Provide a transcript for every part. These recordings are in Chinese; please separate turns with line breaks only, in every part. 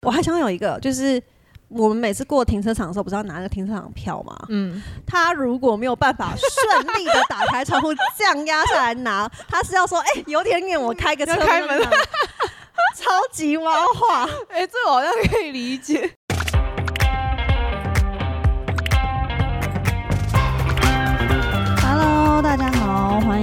我还想有一个，就是我们每次过停车场的时候，不是要拿那个停车场票吗？
嗯，
他如果没有办法顺利的打开窗 户，这样压下来拿，他是要说，哎、有点远，我开个车
要开门
这样拿超级挖话。
哎、这我好像可以理解。
Hello，大家好，欢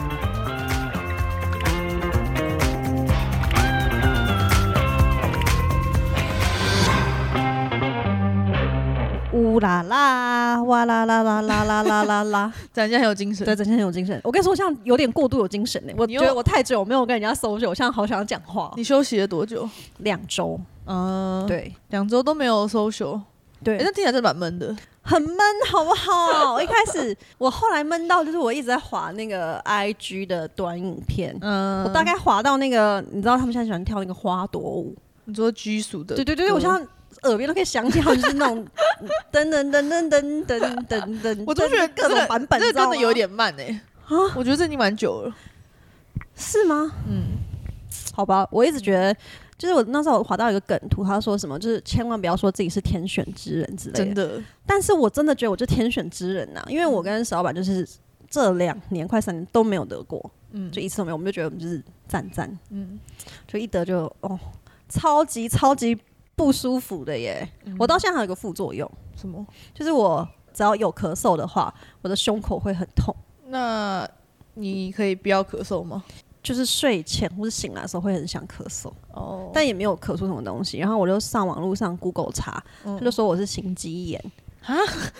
呜啦啦，哇啦啦啦啦啦啦啦啦，
展现很有精神
对，，真的很有精神。我跟你说，我像有点过度有精神欸呢、我
你
觉
又
得我太久没有跟人家 social，我现在好想讲话。
你休息了多久？
两周，
嗯，，
对
两周都没有 social，
对
哎、那听起来真的蛮闷的。
很闷， 好不好？一开始我后来闷到，就是我一直在滑那个 I G 的短影片，
嗯
我大概滑到那个，你知道他们现在喜欢跳那个花朵舞，
你说拘束的，
对对对对，我现在耳边都可以想起，好像就是那种噔噔噔噔噔噔噔噔，
我都觉得
各
这
种
个
版本，
这
你知
个
道
跟
吗
的有点慢哎、
啊
我觉得这已经蛮久了。
是吗？
嗯，
好吧，我一直觉得。就是我那时候滑到一个梗图，他说什么，就是千万不要说自己是天选之人之类的
真。的，
但是我真的觉得我就天选之人啊呐、因为
嗯
我跟小板就是这两年快三年都没有得过，
嗯
就一次都没有，我们就觉得我们就是赞赞，
嗯，
就一得就哦，超级超级不舒服的耶！
嗯
我到现在还有一个副作用，
什么？
就是我只要有咳嗽的话，我的胸口会很痛，
那你可以不要咳嗽吗？
就是睡前或是醒来的时候会很想咳嗽，
哦，
但也没有咳出什么东西。然后我就上网络上 Google 查，
嗯
他就说我是心肌炎
啊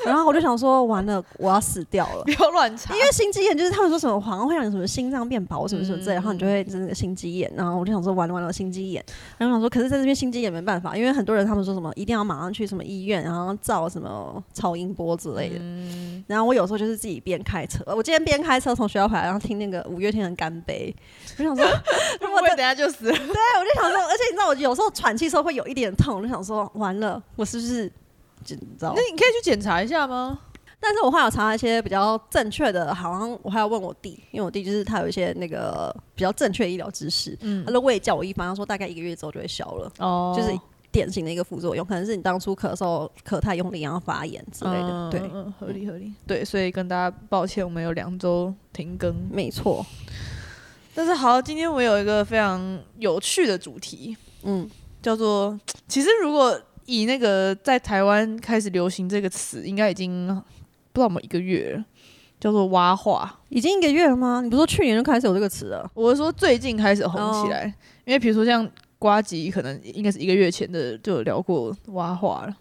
然后我就想说完了，我要死掉了。
不要乱查，
因为心肌炎就是他们说什么好像会让你什么心脏变薄什么什么之类，然后你就会真的心肌炎，然后我就想说完了完了心肌炎，然后我想说可是在这边心肌炎没办法，因为很多人他们说什么一定要马上去什么医院，然后照什么超音波之类的。然后我有时候就是自己边开车，我今天边开车从学校回来，然后听那个五月天的《干杯》，我想说，
会
如
不
果
会
真
等下就死
对，
了？
我就想说，而且你知道我有时候喘气的时候会有一点痛，我就想说完了，我是不是就你知道
那？你可以去检查一下吗？
但是我后来有查一些比较正确的，好像我还要问我弟，因为我弟就是他有一些那个比较正确的医疗知识，
嗯
他，就我也叫我一般，他说大概一个月之后就会消了，
哦
就是典型的一个副作用，可能是你当初咳的时候咳太用力，然后发炎之类的，
嗯
对
嗯，嗯合理合理。对，所以跟大家抱歉，我们有两周停更，
没错，
但是好，今天我们有一个非常有趣的主题，
嗯，
叫做其实如果以那个在台湾开始流行这个词，应该已经不知道我们一个月了，叫做蛙化。
已经一个月了吗？你不是说去年就开始有这个词了？
我是说最近开始红
哦
起来，因为比如说像瓜吉，可能应该是一个月前的就有聊过蛙化了。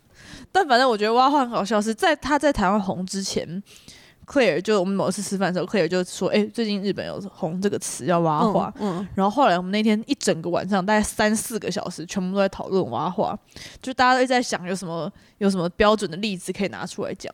但反正我觉得蛙化很好笑，是在他在台湾红之前，Claire 就我们某次吃饭的时候，Claire 就说：“哎、最近日本有红这个词叫蛙化。
嗯，嗯，
然后后来我们那天一整个晚上，大概三四个小时，全部都在讨论蛙化，就大家都一直在想有什么有什么标准的例子可以拿出来讲。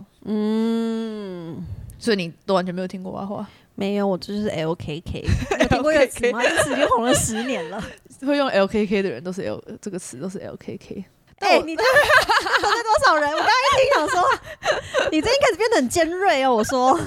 嗯，所以你都完全没有听过蛙化，
没有，我就是 L K K，有听过这个词吗？这个词已经红了十年了。
会用 LKK 的人都是 L 这个词都是 LKK。但
哎、
我
你这得罪多少人？我刚刚一听想说， 你最近开始变得很尖锐哦。我说，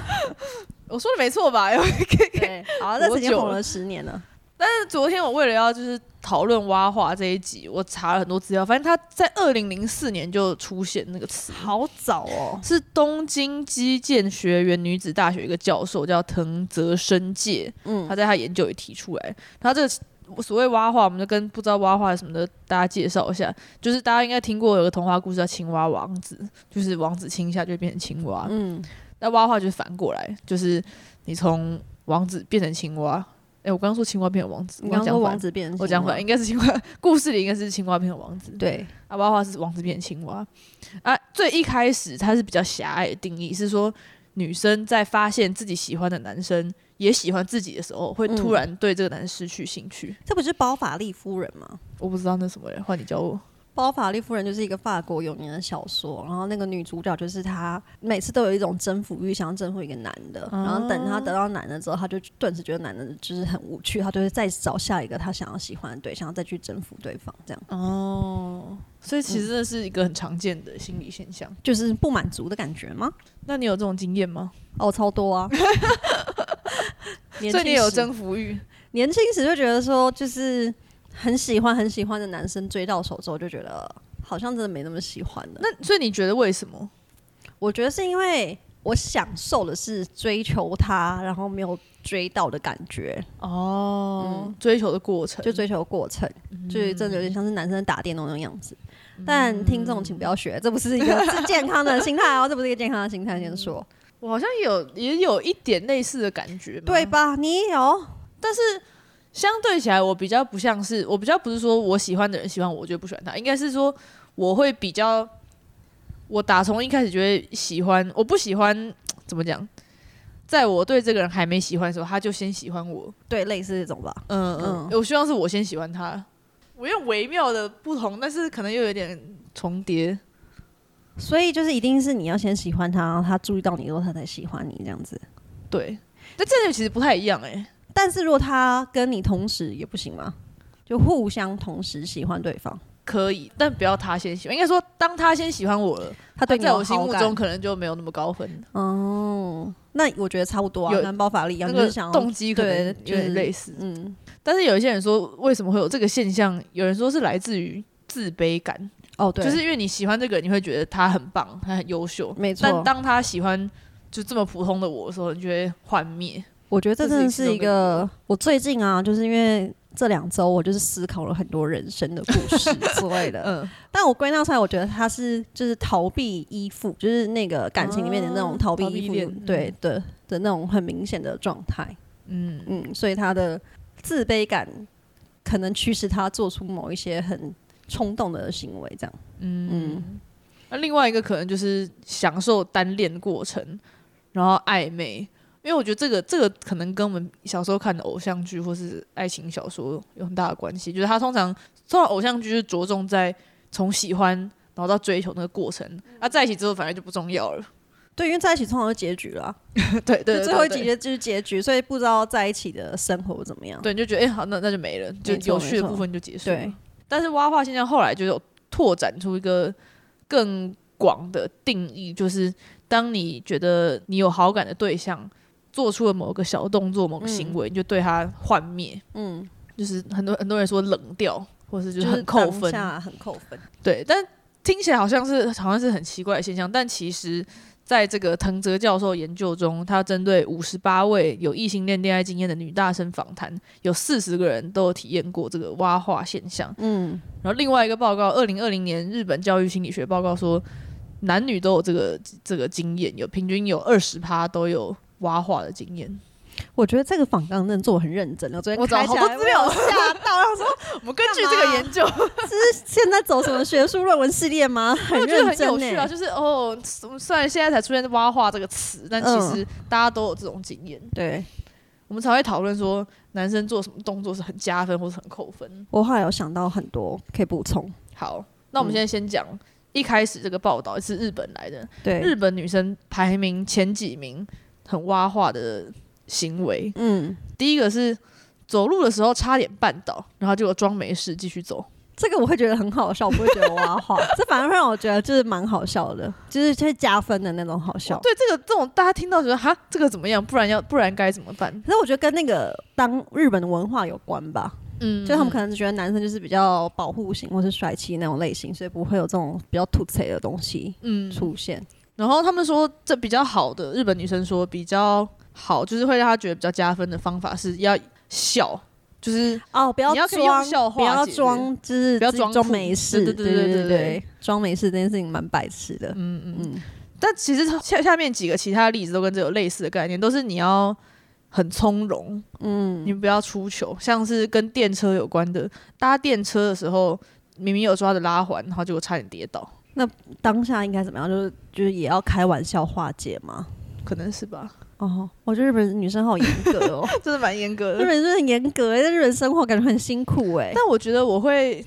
我说的没错吧？LKK。
对，好，啊那已经
多久
红了
了
十年了。
但是昨天我为了要就是讨论蛙化这一集，我查了很多资料，发现它在二零零四年就出现那个词，
好早哦，
是东京击剑学园女子大学一个教授叫藤泽伸介，
嗯
他在他研究也提出来，他这个所谓蛙化，我们就跟不知道蛙化是什么的大家介绍一下，就是大家应该听过有个童话故事叫青蛙王子，就是王子亲一下就会变成青蛙，
嗯，
那蛙化就是反过来，就是你从王子变成青蛙。哎、我刚刚说青蛙变成王子，
你
我
刚刚说
讲反
王子变成
我讲
青蛙
反了，应该是青蛙。 故事里应该是青蛙变成王子，
对，
啊，蛙化是王子变成青蛙。啊，最一开始它是比较狭隘的定义，是说女生在发现自己喜欢的男生也喜欢自己的时候，会
嗯
突然对这个男生失去兴趣。
这不是包法利夫人吗？
我不知道那什么人，换你教我。
包法利夫人》就是一个法国有名的小说，然后那个女主角就是她，每次都有一种征服欲，想要征服一个男的，然后等
哦
她得到男的之后，她就顿时觉得男的就是很无趣，她就会再找下一个她想要喜欢的对象，再去征服对方，这样
哦，所以
嗯
其实这是一个很常见的心理现象。
就是不满足的感觉吗？
那你有这种经验吗？
哦，超多 啊！年
所以
轻
你有
时
征服欲？
年轻时就觉得说，就是很喜欢很喜欢的男生追到手之后，就觉得好像真的没那么喜欢了。
那所以你觉得为什么？
我觉得是因为我享受的是追求他，然后没有追到的感觉，
哦，追求的过程
就追求过程，就是真的有点像是男生打电动那种样子。但听众请不要学，这不是一个是健康的心态哦，这不是一个健康的心态。先说
我好像有也有一点类似的感觉，
对？吧？你也有
相对起来，我比较不像是，我比较不是说我喜欢的人喜欢我，我就不喜欢他，应该是说我会比较，我打从一开始就会喜欢，我不喜欢怎么讲，在我对这个人还没喜欢的时候，他就先喜欢我，
对类似这种吧？
嗯嗯，我希望是我先喜欢他，我有微妙的不同，但是可能又有点重叠，
所以就是一定是你要先喜欢他，然后他注意到你之后，他才喜欢你这样子。
对，但这个其实不太一样哎、
但是如果他跟你同时也不行吗？就互相同时喜欢对方，
可以，但不要他先喜欢，应该说当他先喜欢我了，
他对你
在
有
我心
好
目
感
中可能就没有那么高分，
哦，那我觉得差不多啊，
有
男包法力一样，
那
就是
个
想要
动机可能
对
有点类
似，
似。
嗯，
但是有一些人说，为什么会有这个现象？有人说是来自于自卑感，
哦对，
就是因为你喜欢这个人，你会觉得他很棒，他很优秀，
没错
但当他喜欢就这么普通的我的时候，你就会幻灭。
我觉得这真的
这是
是
一
一
个
个，我最近啊，就是因为这两周我就是思考了很多人生的故事之类的，
嗯，
但我归纳出来，我觉得他是就是逃避依附，就是那个感情里面的那种逃避
啊逃避
依附，
恋嗯
对的的那种很明显的状态，嗯嗯，所以他的自卑感可能驱使他做出某一些很冲动的行为，这样，
嗯
嗯
那另外一个可能就是享受单恋过程，然后暧昧。因为我觉得这个这个可能跟我们小时候看的偶像剧或是爱情小说有很大的关系，就是它通常通常偶像剧就是着重在从喜欢然后到追求那个过程，那、在一起之后反而就不重要了。
对，因为在一起通常是结局啦，
对对
就最后一集
集，
就就是结局，所以不知道在一起的生活怎么样。
对，你就觉得哎、好，那那就没了，就
没错
有趣
没
的
错
部分就结束了。
对，
但是蛙化现象后来就有拓展出一个更广的定义，就是当你觉得你有好感的对象做出了某个小动作、某个行为，你就对他幻灭，
嗯，
就是很多很多人说冷掉，或是就
就是是
很扣
当
分，
下很扣分。
对，但听起来好像是好像是很奇怪的现象，但其实在这个藤泽教授研究中，他针对五十八位有异性恋恋爱经验的女大生访谈，有四十个人都有体验过这个蛙化现象。
嗯，
然后另外一个报告，二零二零年日本教育心理学报告说，男女都有这个这个经验，有平均有二十趴都有蛙化的经验。
我觉得这个访纲真的做得很认真了。我昨天
我找
开
好
起
多
来
资料
我有吓到，然后说
我们根据这个研究，
现在走什么学术论文系列 吗？很
我觉得
认
很
真欸
有
呢、
趣啊，就是哦，虽然现在才出现“蛙化”这个词，但其实大家都有这种经验。
对
我们才会讨论说男生做什么动作是很加分或是很扣分。
我后来有想到很多可以补充。
好，那我
嗯
们现在先讲、一开始这个报道是日本来的，
对，
日本女生排名前几名很蛙化的行为，
嗯，
第一个是走路的时候差点绊倒，然后结果装没事继续走。
这个我会觉得很好笑，我不会觉得挖 话，这反而会让我觉得就是蛮好笑的，就是会加分的那种好笑。
哦对这个这种大家听到觉得哈这个怎么样，不然要不然该怎么办？
可是我觉得跟那个当日本的文化有关吧，
嗯，
就他们可能觉得男生就是比较保护型或是帅气那种类型，所以不会有这种比较土贼的东西
嗯
出现。
然后他们说，这比较好的日本女生说比较好，就是会让她觉得比较加分的方法是要笑，就是
哦，不要
你要可以用
装，
笑
不要
化解
装，就是
不要
自己
装
装
酷
没事。
对对对
对
对对对
对，装没事这件事情蛮白痴的。
嗯嗯。
嗯，
但其实下下面几个其他的例子都跟这有类似的概念，都是你要很从容，嗯，你不要出糗，像是跟电车有关的，搭电车的时候明明有抓着拉环，然后结果差点跌倒，
当下应该怎么样？就是就是也要开玩笑化解嘛。
可能是吧？
哦，我觉得日本女生好严格哦，
真的蛮严格
日
的。
本真的很严格欸，在日本生活感觉很辛苦哎。
但我觉得我会，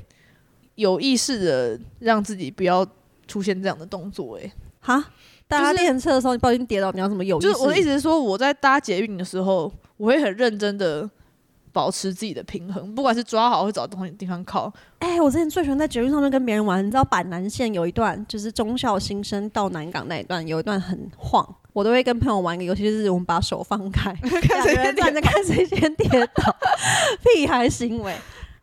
有意识的让自己不要出现这样的动作、欸，
哈，搭
就是
电车的时候你不小心跌倒，你要怎么有意识？
就是我的意思是说，我在搭捷运的时候，我会很认真的保持自己的平衡，不管是抓好或者找东西地方靠。
哎、我之前最喜欢在捷运上面跟别人玩，你知道板南线有一段，就是中校新生到南港那一段，有一段很晃，我都会跟朋友玩一个游戏，就是我们把手放 开，两个人站着看谁先跌倒，屁孩行为。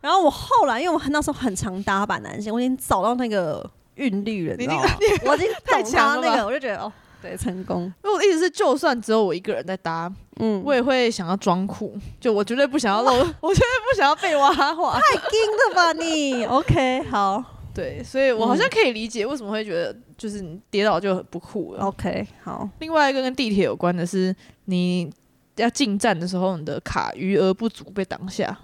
然后我后来，因为我那时候很常搭板南线，我已经找到那个韵律了，你
你已
知
经
道 吗？我已经
太
懂
强
他
了
那
吧
个，我就觉得哦，对，成功。
因为我的意思是，就算只有我一个人在搭，
嗯，
我也会想要装酷，就我绝对不想要露， 我绝对不想要被挖话。
太硬了吧你？OK，好
对，所以我好像可以理解为什么会觉得，就是你跌倒就很不酷了。
，OK，好。
另外一个跟地铁有关的是，你要进站的时候，你的卡余额不足被挡下。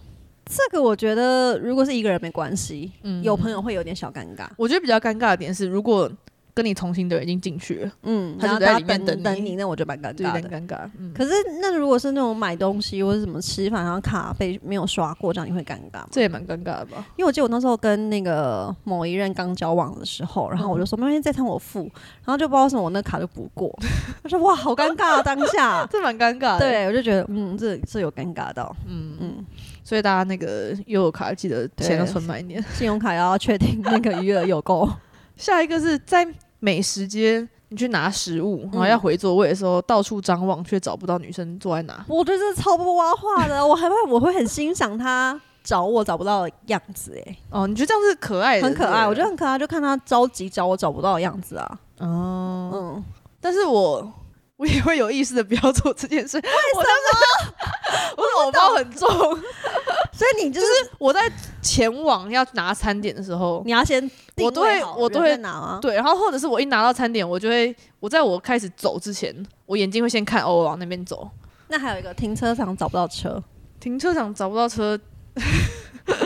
这个我觉得，如果是一个人没关系，
嗯
有朋友会有点小尴尬。
我觉得比较尴尬的点是，如果跟你同行的人已经进去了，
嗯，
他
然
就
后
在
大家
里面
等
等你
你，那我就蛮尴
就有
尬
点
的。
尴尬。嗯，
可是，那如果是那种买东西或者什么吃饭，然后卡被没有刷过，这样你会尴尬吗？
这也蛮尴尬的吧？。
因为我记得我那时候跟那个某一任刚交往的时候，然后我就说没关系，这趟我付，然后就不知道为什么我那卡就不过， 我说哇，好尴尬、啊、当下
这蛮尴尬的。，
对，我就觉得嗯，这这有尴尬到，
嗯嗯，
嗯，
所以大家那个悠游卡记得钱要存满一点。
信用卡要确定那个余额有够，
下一个是在美食街，你去拿食物，
嗯
然后要回座位的时候，到处张望却找不到女生坐在哪。
我觉得这超不挖话的，我还会我会很欣赏他找我找不到的样子、欸，
哦，你觉得这样是可爱的，
很可爱，
对不对
我觉得很可爱，就看他着急找我找不到的样子啊，
哦，
嗯，
但是我。我也会有意识的不要做这件事，为什么？ 我的偶包很重，
所以你就是、
我在前往要拿餐点的时候，
你要先定
我都会
位好
我都
人在
会
哪啊，
对，然后或者是我一拿到餐点，我就会，我在我开始走之前，我眼睛会先看，哦，我往那边走。
那还有一个停车场找不到车，
停车场找不到车，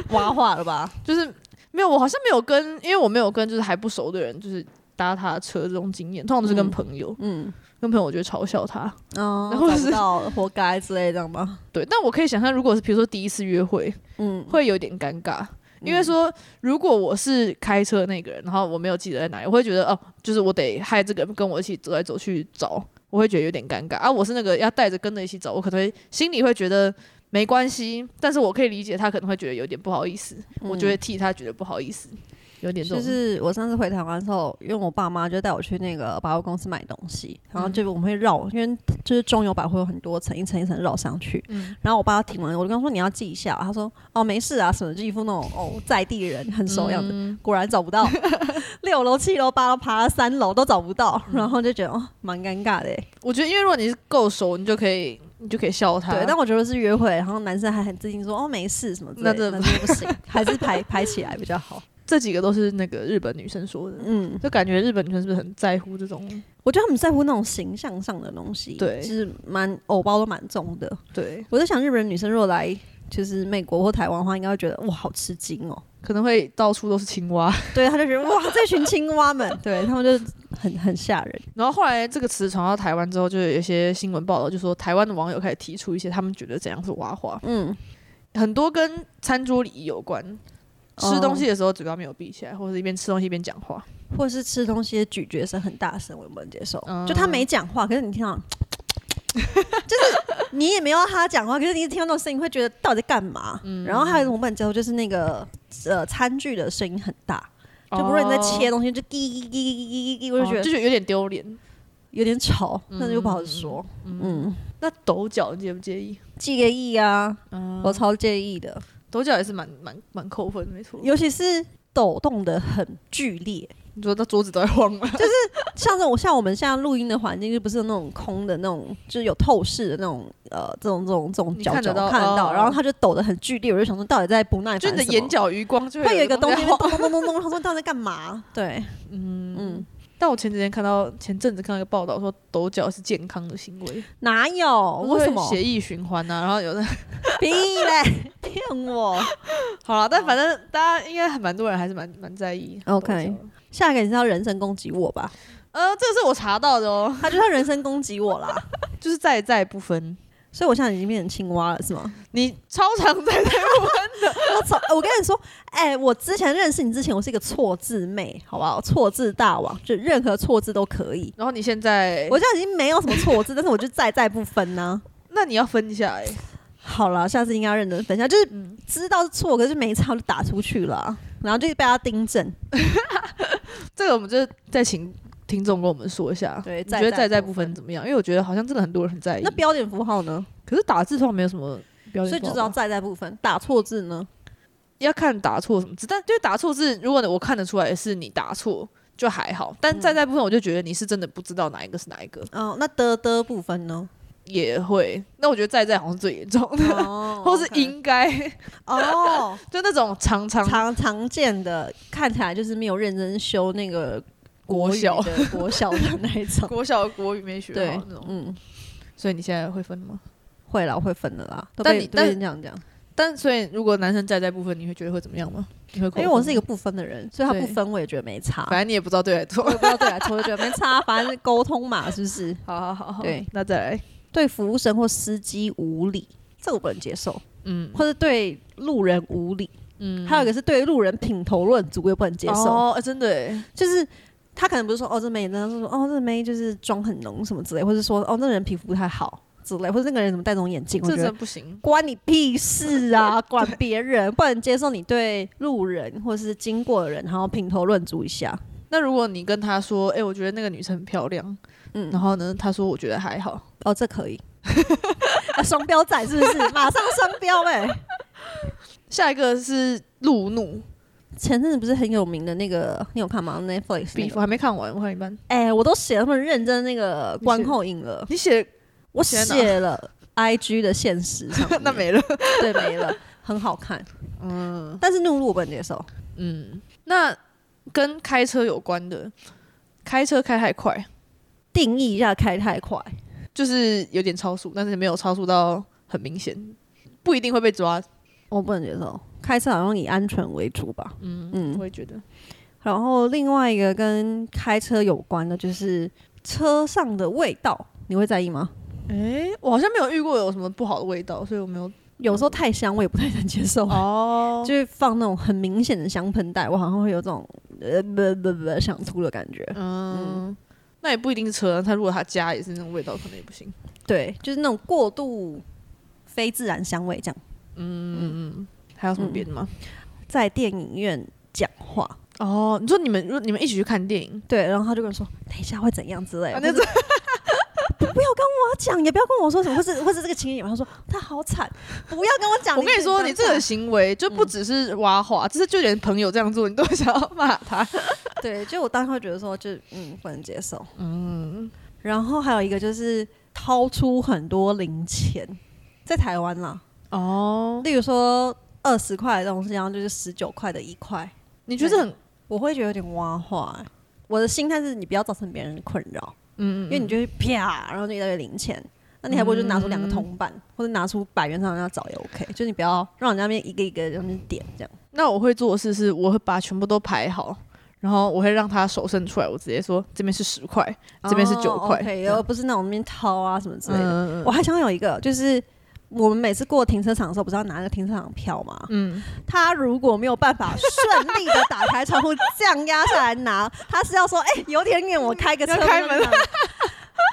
挖话了吧？
就是没有，我好像没有跟，因为我没有跟就是还不熟的人，就是搭他的车这种经验，通常都是跟
嗯
朋友，
嗯，
跟朋友我就会嘲笑他。
哦，
然后
找
是
不到活该之类的，这样吧？
对，但我可以想象，如果是比如说第一次约会，
嗯，
会有点尴尬，因为
嗯
说如果我是开车那个人，然后我没有记得在哪里，我会觉得哦，就是我得害这个人跟我一起走来走去找，我会觉得有点尴尬啊。我是那个要带着跟着一起走，我可能会心里会觉得没关系，但是我可以理解他可能会觉得有点不好意思，
嗯
我就会替他觉得不好意思，有点
就
这种。
是我上次回台湾的时候，因为我爸妈就带我去那个百货公司买东西，然后
嗯
就我们会绕，因为就是中友百货有很多层，一层一层绕上去。
嗯
然后我爸听完，我就跟他说你要记一下，他说哦没事啊，什么就一副那种哦在地人很熟的样子。
嗯
果然找不 到，六楼、七楼、八楼，爬了三楼都找不到，然后就觉得哦蛮尴尬的欸。
我觉得，因为如果你是够熟，你就可以，你就可以笑他。
对，但我觉得是约会，然后男生还很自信说哦没事什么之类
那
的，
真的
那真的不行，还是排排起来比较 好。
这几个都是那个日本女生说的，
嗯。
就感觉日本女生是不是很在乎这种？
我觉得他们在乎那种形象上的东西，
对
就是蛮偶包都蛮重的。
对，
我在想，日本人女生如果来就是美国或台湾的话，应该会觉得哇，好吃惊哦。
可能会到处都是青蛙。
对，他就觉得哇，这群青蛙们， 对他们就很很吓人。
然后后来这个词传到台湾之后，就有一些新闻报道，就说台湾的网友开始提出一些他们觉得怎样是蛙化，
嗯，
很多跟餐桌礼仪有关。
哦
吃东西的时候嘴巴没有闭起来，或者一边吃东西一边讲话，
或者是吃东西的咀嚼声很大声，我也不能接受。
嗯
就他没讲话，可是你听到，就是你也没有要他讲话，可是你一听到那种声音，会觉得到底在干嘛？然后还有一种我不能接受，就是那个呃餐具的声音很大，就不论你在切
哦，
东西，就滴滴滴滴滴滴滴，我
我
就
哦
觉
就觉
得
得有点丢脸。
有点吵，但是又不好说。嗯，
那抖脚你介不介意？
介意啊，我超介意的，
抖脚也是蛮蛮蛮扣分的，没错。
尤其是抖动的很剧烈，
你说那桌子都在晃吗？
像这种像我们现在录音的环境，就不是有那种空的那种，就是有透视的那种，呃，这种这种这种
你
角
看
角
得到
看得到，
哦
然后他就抖得很剧烈，我就想说到底在不耐烦
就
什
你
么，
的眼角余光就
会有一个东
在
西
晃
咚咚咚咚咚，我想说到底在干嘛？对，
嗯
嗯
嗯。但我前几天看到前阵子看到一个报道说抖脚是健康的行为，
哪有？哦为什么？
血液循环呐、然后有的
屁嘞，骗我！
好了，但反正大家应该还蛮多人还是蛮蛮在意。
哦 OK
抖脚的
下一个你知道人身攻击我吧？
呃，这个是我查到的哦，
他就算人身攻击我啦，
就是在在不分，
所以我现在已经变成青蛙了，是吗？
你超常 在在
我操！呃我跟你说，哎、我之前认识你之前，我是一个错字妹，好不好？错字大王，就任何错字都可以。
然后你现在，
我现在已经没有什么错字，但是我就再再不分呢、
那你要分一下哎、
好了，下次应该要认真分一下，就是知道是错，可是没差就打出去了，啊然后就被他订正。
这个我们就再请听众跟我们说一下，
对
你
在
觉得
在
在在
部
部分怎么样？因为我觉得好像真的很多人很在意
那，标点符号呢？
可是打字通常没有什么标点符号吧，
所以就知道在在部分，打错字呢？
要看打错什么字，但就是打错字，如果我看得出来是你打错，就还好。但
嗯
在在部分，我就觉得你是真的不知道哪一个是哪一个，
哦，那的的部分呢？
也会。那我觉得在在好像是最严重的，
哦
或是应该，
哦，
就那种常常
常常见的，看起来就是没有认真修那个
国
语
小
的 国小的那一种。
国小国语没学
对
好那，种。
嗯，
所以你现在会分吗？
会啦，会分的啦。都
但
被
你
都被
但
人这样讲，
但所以如果男生在在部分，你会觉得会怎么样吗？你会
因为我是一
个，
个不分的人，所以他
对
不分我也觉得没差。
反正你也不知道对还是 错
我。也不知道对来错，我就觉得没差，反正沟通嘛，是不是？
好好好好，
对，
那再来，
对服务生或司机无礼，这我不能接受，
嗯
或者对路人无礼，
嗯，
还有一个是对路人品头论足，我也不能接受。
哦，哎真的耶，
就是他可能不是说哦这妹，真的是说哦这妹就是妆很浓什么之类，或者说哦那人皮肤不太好之类，或者那个人怎么戴这种眼镜，我
这
觉
真的
得
不行。
关你屁事啊，管别人，不能接受你对路人或是经过的人，然后评头论足一下。
那如果你跟他说，哎、我觉得那个女生很漂亮，
嗯
然后呢，他说我觉得还好，
哦，这可以。啊双、标仔是不是？马上双标哎、
下一个是路怒，
前阵子不是很有名的那个，你有看吗？Netflix 那
比
个
我还没看完，我看一半。
哎、我都写那么认真那个观后影了，
你写
我
写哪
写了 IG 的现实上面
那哦没了，
对，没了，很好看。 嗯，但是怒路我不能接受。
嗯，那跟开车有关的，开车开太快，
定义一下，开太快，
就是有点超速，但是没有超速到很明显，不一定会被抓。
我不能接受。开车好像以安全为主吧。嗯嗯。
我也觉得，
然后另外一个跟开车有关的就是车上的味道，你会在意吗？
哎、我好像没有遇过有什么不好的味道，所以我没有。
有时候太香，我也不太能接受。
哦
就是放那种很明显的香喷袋，我好像会有这种呃不不不想吐的感觉。
嗯，那也不一定是车，啊他如果他家也是那种味道，可能也不行。
对，就是那种过度非自然香味这样。
还有什么别的吗？
在电影院讲话，
哦，你说你们如果你们一起去看电影，
对，然后他就跟我说，等一下会怎样之类的，
啊
或
那
者不 要跟我讲，也不要跟我说什么，或是或是这个情景，然后说他好惨，不要跟我讲。
我啊跟你说，你这个
很
行为就不只是挖话，只是就连朋友这样做，你都会想要骂他。
惨对，就我当时会觉得说，就嗯不能接受，嗯。然后还有一个就是掏出很多零钱，在台湾啦，
哦，
例如说二十块的东西，然后就是十九块的一块，
你觉得很
我会觉得有点挖话、欸我的心态是你不要造成别人的困扰，
嗯，
因为你就会啪，然后就一大堆零钱，那你还不如就拿出两个
嗯
铜板，或者拿出百元让人家找也 OK，就是你不要让人家那边一个一个让人点这样。
那我会做的事是，我会把全部都排好，然后我会让他手伸出来，我直接说这边是十块，这边是九块，
o k
这样
哦又不是那种那边掏啊什么之类的。
嗯
我还想有一个，就是我们每次过停车场的时候，不是要拿那个停车场票吗？
嗯，
他如果没有办法顺利的打开窗户降压下来拿，他是要说，哎、有点远，我开个车
要开门
门啊，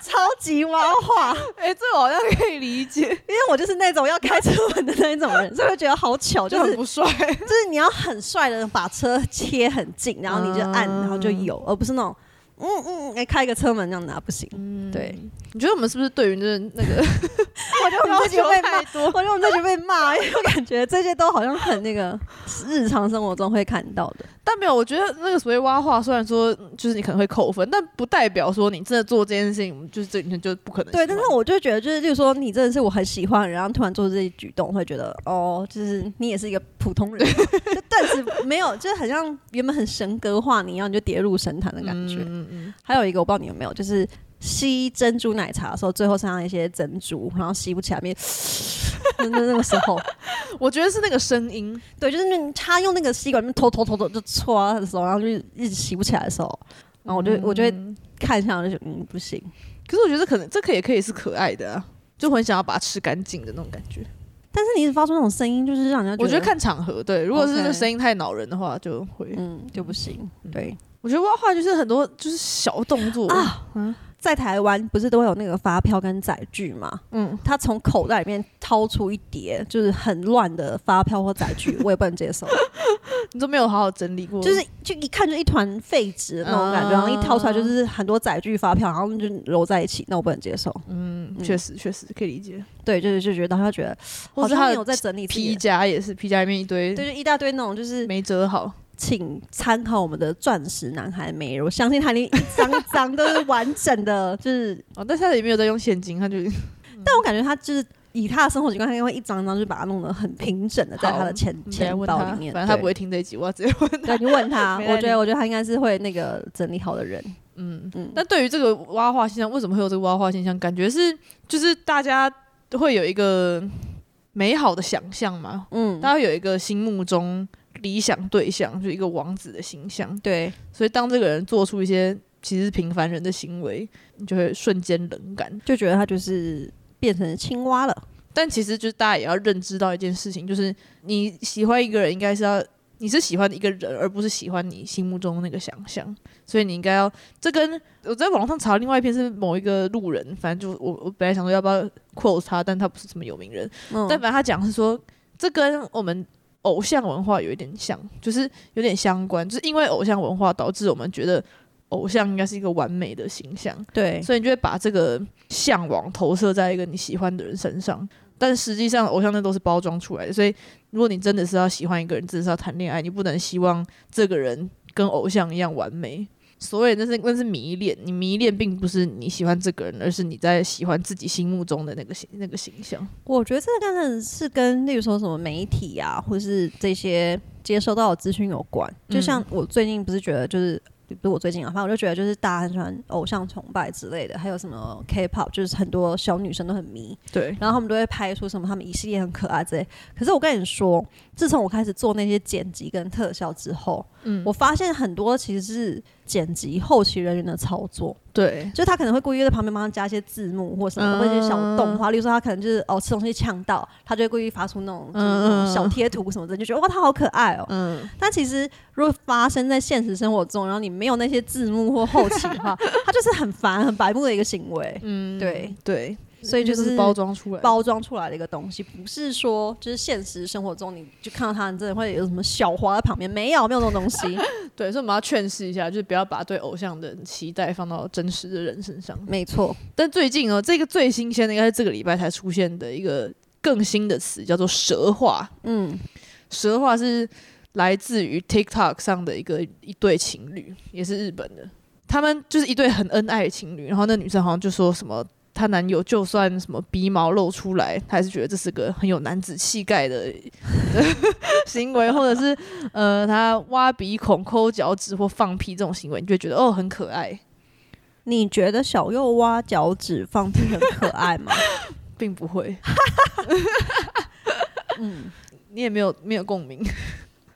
超级挖话。
哎、这我好像可以理解，
因为我就是那种要开车门的那一种人，所以会觉得好巧， 就
就
是
很
是
不帅。
就是你要很帅的把车切很近，然后你就按，
嗯
然后就有，而不是那种嗯嗯，哎、开个车门这样拿不行。对，
你觉得我们是不是对于那那 个
我觉得我们
要
这
求
就被骂
太，多？
我觉得我们这就被骂，因为我感觉这些都好像很那个日常生活中会看到的。
但没有，我觉得那个所谓挖话，虽然说嗯就是你可能会扣分，但不代表说你真的做这件事情，就是这你就不可能喜
对，
欢。
但是我就觉得，就是，例如说，你真的是我很喜欢的人，然后突然做这些举动，会觉得，哦，就是你也是一个普通人， 就顿时没有，就是很像原本很神格化你一样，你就跌入神坛的感觉。
嗯嗯
还有一个我不知道你有没有，就是吸珍珠奶茶的时候，最后身上一些珍珠，然后吸不起来，面 那那那个时候，
嗯，我觉得是那个声音，
对，就是那他用那个吸管那边偷偷偷偷就戳他的时候，然后就一直吸不起来的时候，然后我就、我就会看一下，我就觉得嗯不行，
可是我觉得可能这可也可以是可爱的啊。就很想要把它吃干净的那种感觉。
但是你一直发出那种声音，就是让人家
我觉
觉
得看场合，对，如果是
OK
这声音太恼人的话，就会。
嗯就不行。对，
我觉得挖话就是很多就是小动作
啊，在台湾不是都会有那个发票跟载具吗？
嗯，
他从口袋里面掏出一叠，就是很乱的发票或载具，我也不能接 受。
你都没有好好整理过，
就是就一看就一团废纸那种感觉，
啊
然后一掏出来就是很多载具、发票，然后就揉在一起，那我不能接受。
嗯，确实确实可以理解。
对，就是就觉得他觉得
或
好
者
像
他
没
的
有在整理自己
皮
的，
夹也是，皮夹里面一堆
对，就一大堆那种就是
没折好，
请参考我们的钻石男孩美，我相信他连一张一张都是完整的，就是，
哦，但是他也没有在用现金，他就
但我感觉他就是。以他的生活习惯，他应该会一张一张就把它弄得很平整的，在他的钱
你嗯来
钱
问
包
他，
里面。
反正他
对
不会听这一集，我要直接问他。
对，你问他，
没
我
来
觉
理
得，我觉得他应该是会那个整理好的人。
嗯
嗯
嗯。但对于这个挖话现象，为什么会有这个挖话现象？感觉是就是大家会有一个美好的想象嘛，
嗯，
大家有一个心目中理想对象，就一个王子的形象。
对，
所以当这个人做出一些其实是平凡人的行为，你就会瞬间冷感。
就觉得他就是变成青蛙了。
但其实就是大家也要认知到一件事情，就是你喜欢一个人，应该是要你是喜欢一个人，而不是喜欢你心目中那个想象。所以你应该要这跟我在网上查另外一篇是某一个路人，反正就我我本来想说要不要 quote 他，但他不是什么有名人，
嗯，
但反正他讲是说，这跟我们偶像文化有一点像，就是有点相关，就是因为偶像文化导致我们觉得偶像应该是一个完美的形象，
对，
所以你就会把这个向往投射在一个你喜欢的人身上。但实际上，偶像那都是包装出来的。所以，如果你真的是要喜欢一个人，真的是要谈恋爱，你不能希望这个人跟偶像一样完美。所谓那是那是迷恋，你迷恋并不是你喜欢这个人，而是你在喜欢自己心目中的那个形那个形象。
我觉得这个当然是跟，例如说什么媒体啊，或是这些接收到的资讯有关。
嗯
就像我最近不是觉得就是。不是我最近啊，反正我就觉得就是大家很喜欢偶像崇拜之类的，还有什么 K-pop，就是很多小女生都很迷，
对，
然后他们都会拍出什么他们一系列很可爱之类。可是我跟你说，自从我开始做那些剪辑跟特效之后，
嗯
我发现很多其实是剪辑后期人员的操作，
对，
就是他可能会故意在旁边帮他加一些字幕或什么的，
嗯
或者一些小动画，例如说他可能就是哦吃东西呛到，他就会故意发出那种就是那种小贴图什么的，就觉得哇他好可爱哦。
嗯，
但其实如果发生在现实生活中，然后你没有那些字幕或后期的话， 他就是很烦很白目的一个行为，
嗯
对
对，
所以就
就是
是
包装出来的，
包装出来的一个东西，不是说就是现实生活中你就看到他，你真的会有什么小花在旁边，没有没有那种东 西，
对，所以我们要劝示一下，就是不要把对偶像的期待放到真实的人身上。
没错，
但最近哦，这个最新鲜的应该是这个礼拜才出现的一个更新的词，叫做“蛇化
嗯，”。
蛇化是来自于 TikTok 上的一个一对情侣，也是日本的。他们就是一对很恩爱的情侣，然后那女生好像就说什么，她男友就算什么鼻毛露出来，她还是觉得这是个很有男子气概的 的行为，或者是呃，他挖鼻孔、抠脚趾或放屁这种行为，你就会觉得哦很可爱，
你觉得小右挖脚趾放屁很可爱吗？
并不会，
嗯，
你也没有没有共鸣。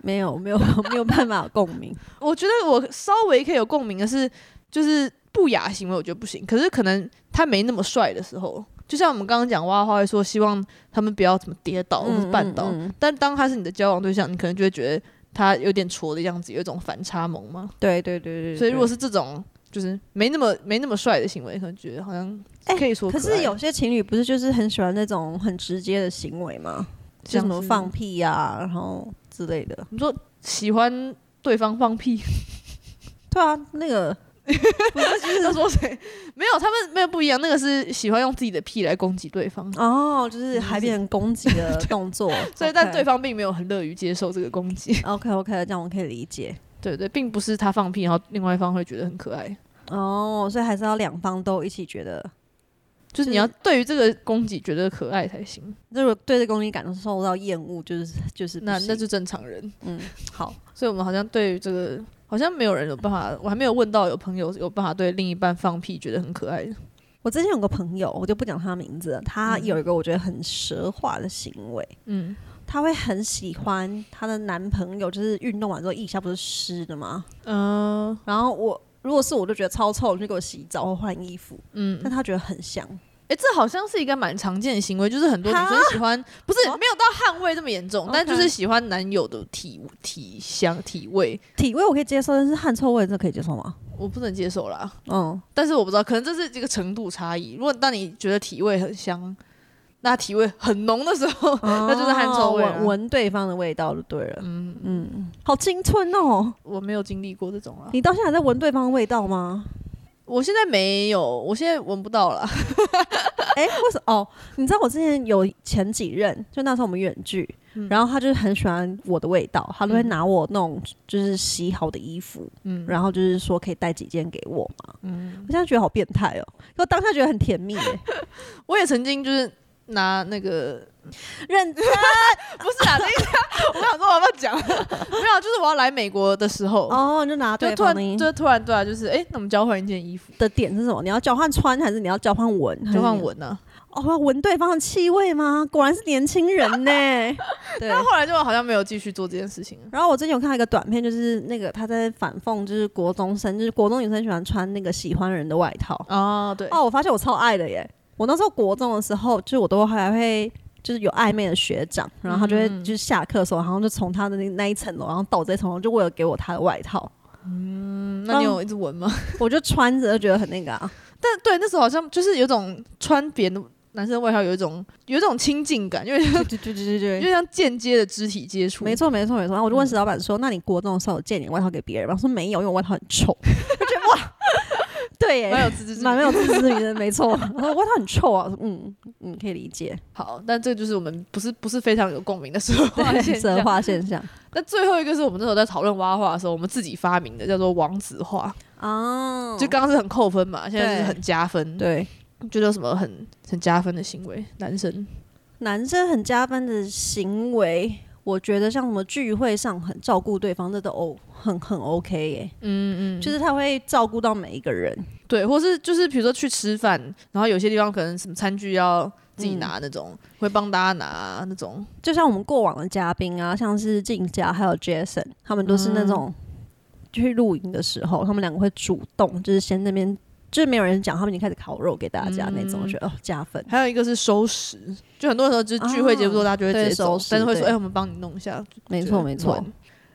没有，没有，没有办法有共鸣。
我觉得我稍微可以有共鸣的是，就是不雅行为，我觉得不行。可是可能他没那么帅的时候，就像我们刚刚讲挖花会说，希望他们不要怎么跌倒或
嗯
是绊倒。
嗯嗯
但当他是你的交往对象，你可能就会觉得他有点挫的样子，有一种反差萌嘛。
对对对对对
所以如果
是
是这种就是没那么没那么帅的行为，可能觉得好像
哎
可以说
可
爱
是有些情侣不是就是很喜欢那种很直接的行为吗？就
像
什么
是
放屁呀、然后之类的。
你说喜欢对方放屁，
对啊，那个 不是就是
他说谁？没有，他们没有不一样。那个是喜欢用自己的屁来攻击对方。
哦，就是还变成攻击的动 作，
所以，但
OK
对方并没有很乐于接受这个攻击。
OK OK，这 样我可以理解。
对对，并不是他放屁，然后另外一方会觉得很可爱。
哦，所以还是要两方都一起觉得，
就是你要对于这个攻击觉得可爱才行，
如果对这攻击感到受到厌恶，就是就是不
那
行
那就正常人。
嗯好，
所以我们好像对于这个，好像没有人有办法，我还没有问到有朋友有办法对另一半放屁觉得很可爱的。
我之前有个朋友，我就不讲他名字了，他有一个我觉得很蛇化的行为，
嗯，
他会很喜欢她的男朋友，就是运动完之后腋下不是湿的吗？
呃，
然后我如果是我就觉得超臭，你就给我洗澡或换衣服，
嗯
但，他觉得很香，
哎、这好像是一个蛮常见的行为，就是很多女生
哈
喜欢，不是
我
没有到汗味这么严重
OK
但就是喜欢男友的体体香体味，
体味我可以接受，但是汗臭味这可以接受吗？
我不能接受啦。
嗯，
但是我不知道，可能这是一个程度差异。如果当你觉得体味很香，那体味很浓的时候， 那就是汗臭味
哦
啦
闻闻对方的味道就对了。
嗯，
嗯，好青春哦！
我没有经历过这种啦。
你到现在还在闻对方的味道吗？
我现在没有，我现在闻不到啦。
哎、为什么？哦，你知道我之前有前几任，就那时候我们远距，然后他就是很喜欢我的味道，他都会
嗯
拿我那种就是洗好的衣服，
嗯，
然后就是说可以带几件给我嘛。嗯，我现在觉得好变态哦，可我当下觉得很甜蜜、 欸，
我也曾经就是拿那个
认真
不是啊，等一下，我想说我要不要讲？没有，啊就是我要来美国的时候，
哦，你就拿
就
对
突
方的衣
然，就突然对啊，就是哎、诶那我们交换一件衣服，
的点是什么？你要交换穿还是你要交换闻？还是
交换
你
闻呢、啊。
哦，要闻对方的气味吗？果然是年轻人呢、 对。
但后来就好像没有继续做这件事情了。
然后我最近有看到一个短片，就是那个他在反讽，就是国中生，就是国中女生喜欢穿那个喜欢人的外套。
哦，对，
哦，我发现我超爱的耶！我那时候国中的时候，就是我都还会。就是有暧昧的学长，然后他就会就是下课的时候，然后就从他的那那一层楼，然后到这层楼，就为了给我他的外套，
嗯那你有一直闻吗？
我就穿着就觉得很那个啊，
但对，那时候好像就是有种穿别人的男生的外套，有一种有一种亲近感，因为
对对对对
有点像间接的肢体接触。
没错，没错，没错。然后我就问石老板说：“那你国中的时候有借你的外套给别人吗？”他说：“没有，因为我外套很臭。”我觉得哇，对
蛮
耶，
有自知之
蛮
明。
没有自知之明的，没错。我说外套很臭啊，我说嗯嗯，可以理 解，
好，但这就是我们不是不是非常有共鸣的说话
对，
现
神
象。
话现象
那最后一个是我们那时候在讨论蛙话的时候，我们自己发明的，叫做王子话。
哦
就刚刚是很扣分嘛，现在就是
对
很加分。，
对。
觉得有什么很很加分的行为？男生
男生很加分的行为，我觉得像什么聚会上很照顾对方，这都哦很很 OK 耶、嗯嗯，就是他会照顾到每一个人。
对，或是就是比如说去吃饭，然后有些地方可能什么餐具要
嗯
自己拿那种，会帮大家拿啊那种。
就像我们过往的嘉宾啊，像是静佳还有 Jason，他们都是那种、去露营的时候，他们两个会主动，就是先那边就是没有人讲，他们已经开始烤肉给大家、那种，我觉得哦加分。
还有一个是收拾，就很多时候就是聚会结束之后，
哦
大家就会直接
对
走
收，拾
但是会说：“
对
哎，我们帮你弄一下。”
没错没错，。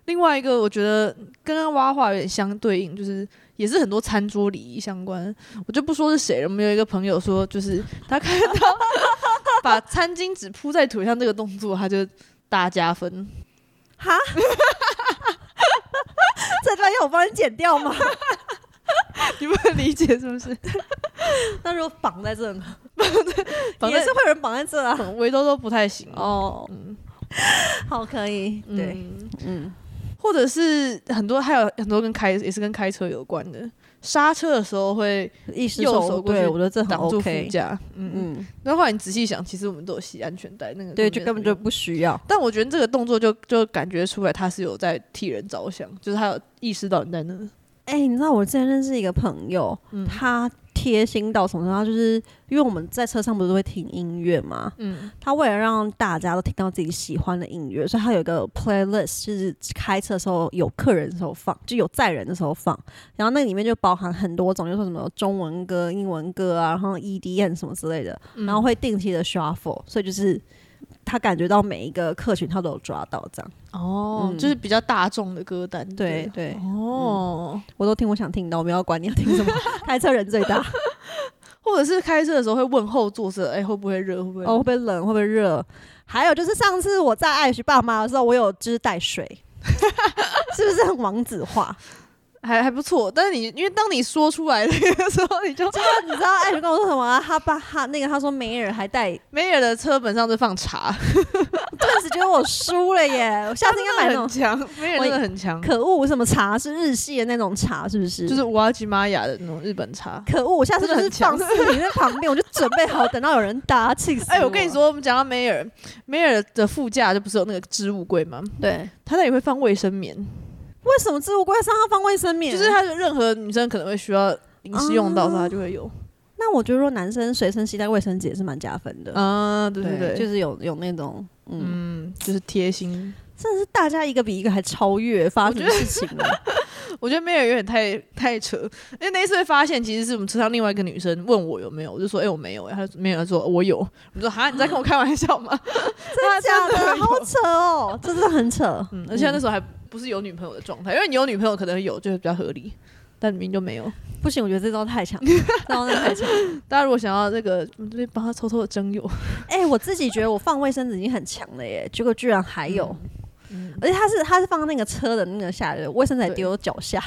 另外一个，我觉得跟刚挖话有点相对应，就是也是很多餐桌礼仪相关。我就不说是谁了，我们有一个朋友说，就是他看到把餐巾纸铺在腿上这个动作，他就大加分。
哈， 这段要我帮你剪掉吗？
你不能理解是不是？
那如果绑在这 呢？
绑
也
在
是会有人绑在这啊。
围兜都不太行
哦，
哦。
好，可以，对，
嗯，
嗯，
或者是很多还有很多跟开也是跟开车有关的，刹车的时候会
一时
右
手
手过去
对我觉得这很
挡住副
OK，
驾。嗯嗯。
嗯，
然后后来你仔细想，其实我们都有系安全带，那个
对，就根本
没有
就不需要。
但我觉得这个动作就就感觉出来他是有在替人着想，就是他有意识到你在那。
哎、你知道我之前认识一个朋友，
嗯
他贴心到什么程度？他就是因为我们在车上不是都会听音乐嘛，
嗯，
他为了让大家都听到自己喜欢的音乐，所以他有一个 playlist，就是开车的时候有客人的时候放，就有载人的时候放。然后那里面就包含很多种，就说什么中文歌、英文歌啊，然后 EDM 什么之类的，然后会定期的 shuffle，所以就是他感觉到每一个客群他都有抓到这样。
哦，
嗯
就是比较大众的歌单。
对
不
对，
哦，
我都听我想听的，我没有管你要听什么，开车人最大。
或者是开车的时候会问后座是哎、会不会热，会不会
哦，会不会冷，会不会热？还有就是上次我在爱许爸妈的时候，我有就是带水， 是不是很王子化？
还还不错。但是你因为当你说出来的时候，你就
你知道爱许跟我说什么、啊？他爸他那个他说梅尔还带，
梅尔的车本上就放茶，
顿时觉得我输了耶！我下次应该买那种
很强， 梅尔真的很强，
可恶什么茶，是日系的那种茶，是不是？
就是乌阿吉玛雅的那种日本茶。
可恶，我下次就
真的
是
很强
放四你在旁边，我就准备好等到有人打，气死！
哎、我跟你，说，我们讲到梅尔，梅尔的副驾就不是有那个置物柜吗？
对，
他那里会放卫生棉，
为什么置物柜上要放卫生棉？
就是他的任何女生可能会需要临时用到，他就会有。
那我觉得，如果男生随身携带卫生纸也是蛮加分的。
哦嗯啊，对对对，
就是有有那种嗯
嗯，就是贴心。
真的是大家一个比一个还超越，发生什么事情了？
我觉得梅尔有点太太扯，因为那一次会发现，其实是我们车上另外一个女生问我有没有，我就说哎、我没有、哎，她说没有，她说我有，我说哈你在跟我开玩笑吗？
真的假的？好扯 哦，真的很扯。
嗯，而且她那时候还不是有女朋友的状态，因为你有女朋友可能有就会比较合理，但明明就没有。
不行，我觉得这招太 强，这招真的太强。
大家如果想要这个，我们这边帮她偷偷的征友，
哎、我自己觉得我放卫生纸已经很强了耶，结果居然还有。
嗯
而且他是他是放在那个车的那个下来，卫生纸还
对
丢脚 下，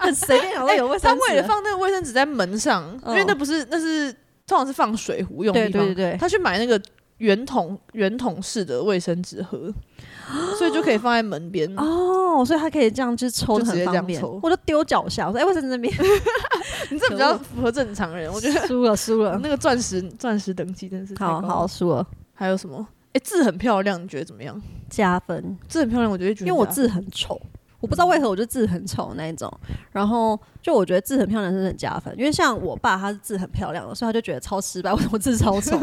很随便想到有卫生
他
纸。
哎为了放那个卫生纸在门上，
嗯
因为那不是那是通常是放水壶用的
对
地方，
对对对
他去买那个圆筒圆筒式的卫生纸 盒，所以就可以放在门边。
哦，所以他可以这样就是抽的
嗯就直
很
接这
方
样
便
抽。
我就丢脚下，我说哎，卫生纸那边
你这比较符合正常人，我 觉得
输了输了，
那个钻石钻石等级真的是太高
好
了
好输了
还有什么？哎、字很漂亮，你觉得怎么样？
加分，
字很漂亮，我觉得觉
因
得
为我
加
字很丑。我不知道为何我就字很丑那一种，然后就我觉得字很漂亮真的很加分，因为像我爸他是字很漂亮的，所以他就觉得超失败，我我字超 丑。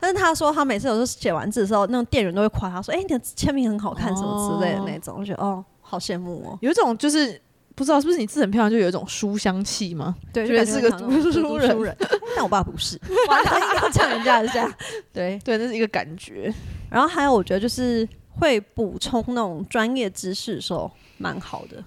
但是他说他每次有时候写完字的时候，那种店员都会夸他说：“哎、你的签名很好看，什么之类的那种。我觉得哦，好羡慕哦。
有一种就是不知道是不是你字很漂亮，就有一种书香气吗？
对
觉得是个读书人
人，但我爸不 是，我一定要呛人家一下。对，
对，那是一个感觉。
然后还有我觉得就是会补充那种专业知识的时候蛮好的，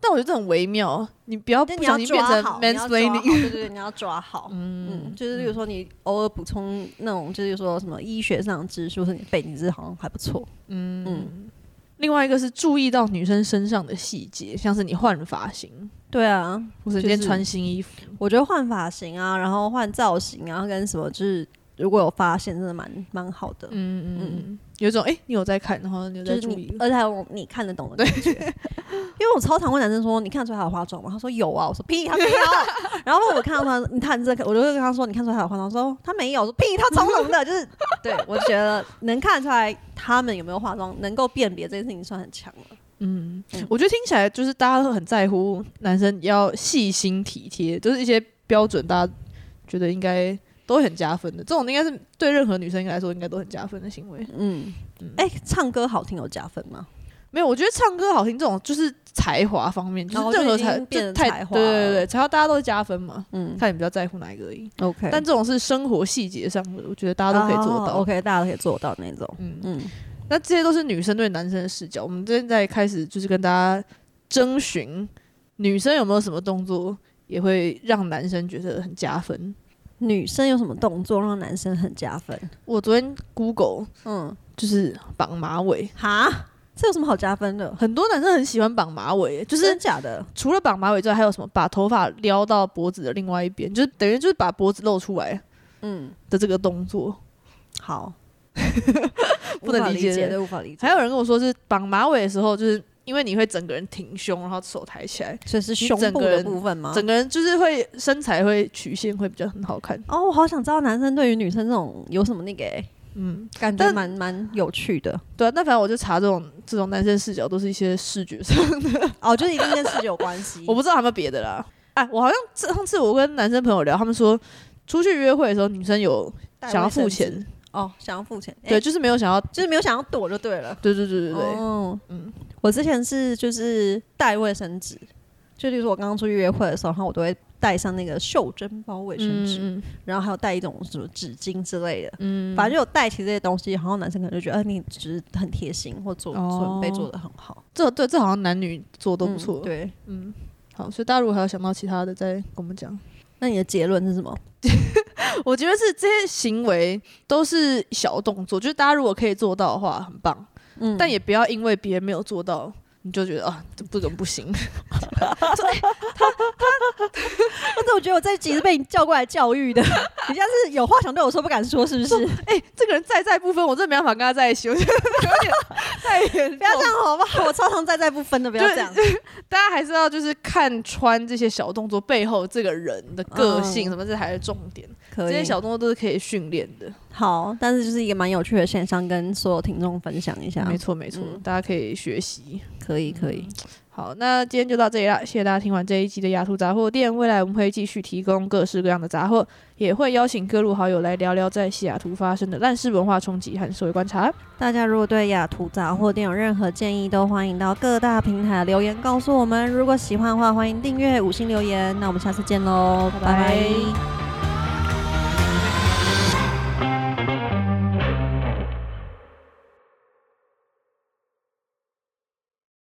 但我觉得这很微妙，你不要
但
不
你
小
要
心变
抓
成
好，你要抓好，
mansplaining。
对对对，你要抓好。 嗯，就是比如说你偶尔补充那种，就是说什么医学上的知识，或是你背景知识，好像还不错。
嗯
嗯
另外一个是注意到女生身上的细节，像是你换发型，
对啊，
或者你今天穿新衣服。
我觉得换发型啊，然后换造型啊，跟什么就是如果有发现，真的蛮蛮好的。
嗯嗯嗯，有一种哎、诶你有在看，然后你有
就
在
是
注意
你，。嗯而且还有你看得懂的感觉。 因为我超常问男生说：“你看得出来他有化妆吗？”他说：“有啊。”我说：“屁，他没有。”然后我看到他，你看这个，我就会跟他说：“你看出来他有化妆？”他说：“他没有。”我说：“屁，他超浓的。”就是对我觉得能看出来他们有没有化妆，能够辨别这件事情算很强了。
嗯
嗯，
我觉得听起来就是大家都很在乎男生要细心体贴，就是一些标准，大家觉得应该都会很加分的。这种应该是对任何女生来说应该都很加分的行为。
嗯，哎、唱歌好听有加分吗？
没有，我觉得唱歌好听这种就是才华方面，
哦
是任
就已
何
经
才
变
就
成
太
才华
对
了
对对，才华大家都会加分嘛，
嗯
看你比较在乎哪一个而已。
，OK，
但这种是生活细节上的，我觉得大家都可以做到。
哦 OK，大家都可以做到那种。
嗯，
嗯，
那这些都是女生对男生的视角。我们现在开始就是跟大家征询，女生有没有什么动作也会让男生觉得很加分。
女生有什么动作让男生很加分？
我昨天 Google
嗯，
就是绑马尾，
哈，这有什么好加分的？
很多男生很喜欢绑马尾，就
真
是
的假的？
除了绑马尾之外，还有什么把头发撩到脖子的另外一边，就是等于就是把脖子露出来
嗯。
的这个动作。
好，
不能
无法
理
理
解的
对，无法理解。
还有人跟我说，是绑马尾的时候，就是因为你会整个人挺胸，然后手抬起来，
所以是胸
整
部
个
的
人
部分吗？
整个人就是会身材会曲线会比较很好看。
哦，我好想知道男生对于女生这种有什么那个、欸，
嗯，
感觉
但
蛮蛮有趣的。
对啊，但反正我就查这种这种男生视角，都是一些
嗯
视觉上，。
哦，就是一定跟视觉有关系
我不知道有没有别的啦。哎，我好像这上次我跟男生朋友聊，他们说出去约会的时候，女生有
带
想要
卫生
付
纸
钱，
哦，想要付钱，欸
对，就是没有想要，
就是没有想要躲就对了。
对对对对对，
哦，
嗯
我之前是就是带卫生纸，就例如说我刚刚出去约会的时候，然后我都会带上那个袖珍包卫生纸，
嗯嗯
然后还有带一种什么纸巾之类的。
嗯，
反正有带齐这些东西，然后男生可能就觉得，呃，你只是很贴心，或做
哦
准备做的很好，
这对这好像男女做都不错，
嗯对，
嗯，好，所以大家如果还有想到其他的，再跟我们讲。
那你的结论是什么？
我觉得是这些行为都是小动作，就是大家如果可以做到的话，很棒。
嗯，
但也不要因为别人没有做到，你就觉得啊，这不怎么不行。
我怎么觉得我这一集是被你叫过来教育的？ 你像是有话想对我说不敢说，是不是？
哎、这个人在在不分，我真的没办法跟他在一起，我觉得有 点太严重。
不要这，样好不好？我超常在在不分的，不要这样。
大家还是要就是看穿这些小动作背后这个人的个性
嗯
什么，这才是重点。
可
这
以
些，小动作都是可以训练的。
好，但是就是一个蛮有趣的现象，跟所有听众分享一下。
没嗯错没错，
嗯
大家可以学习。
可以可以，
好，那今天就到这里啦，谢谢大家听完这一集的雅图杂货店。未来我们会继续提供各式各样的杂货，也会邀请各路好友来聊聊在西雅图发生的烂事文化冲击和社会观察。
大家如果对雅图杂货店有任何建议，都欢迎到各大平台留言告诉我们。如果喜欢的话，欢迎订阅、五星留言。那我们下次见喽，
拜
拜
拜
拜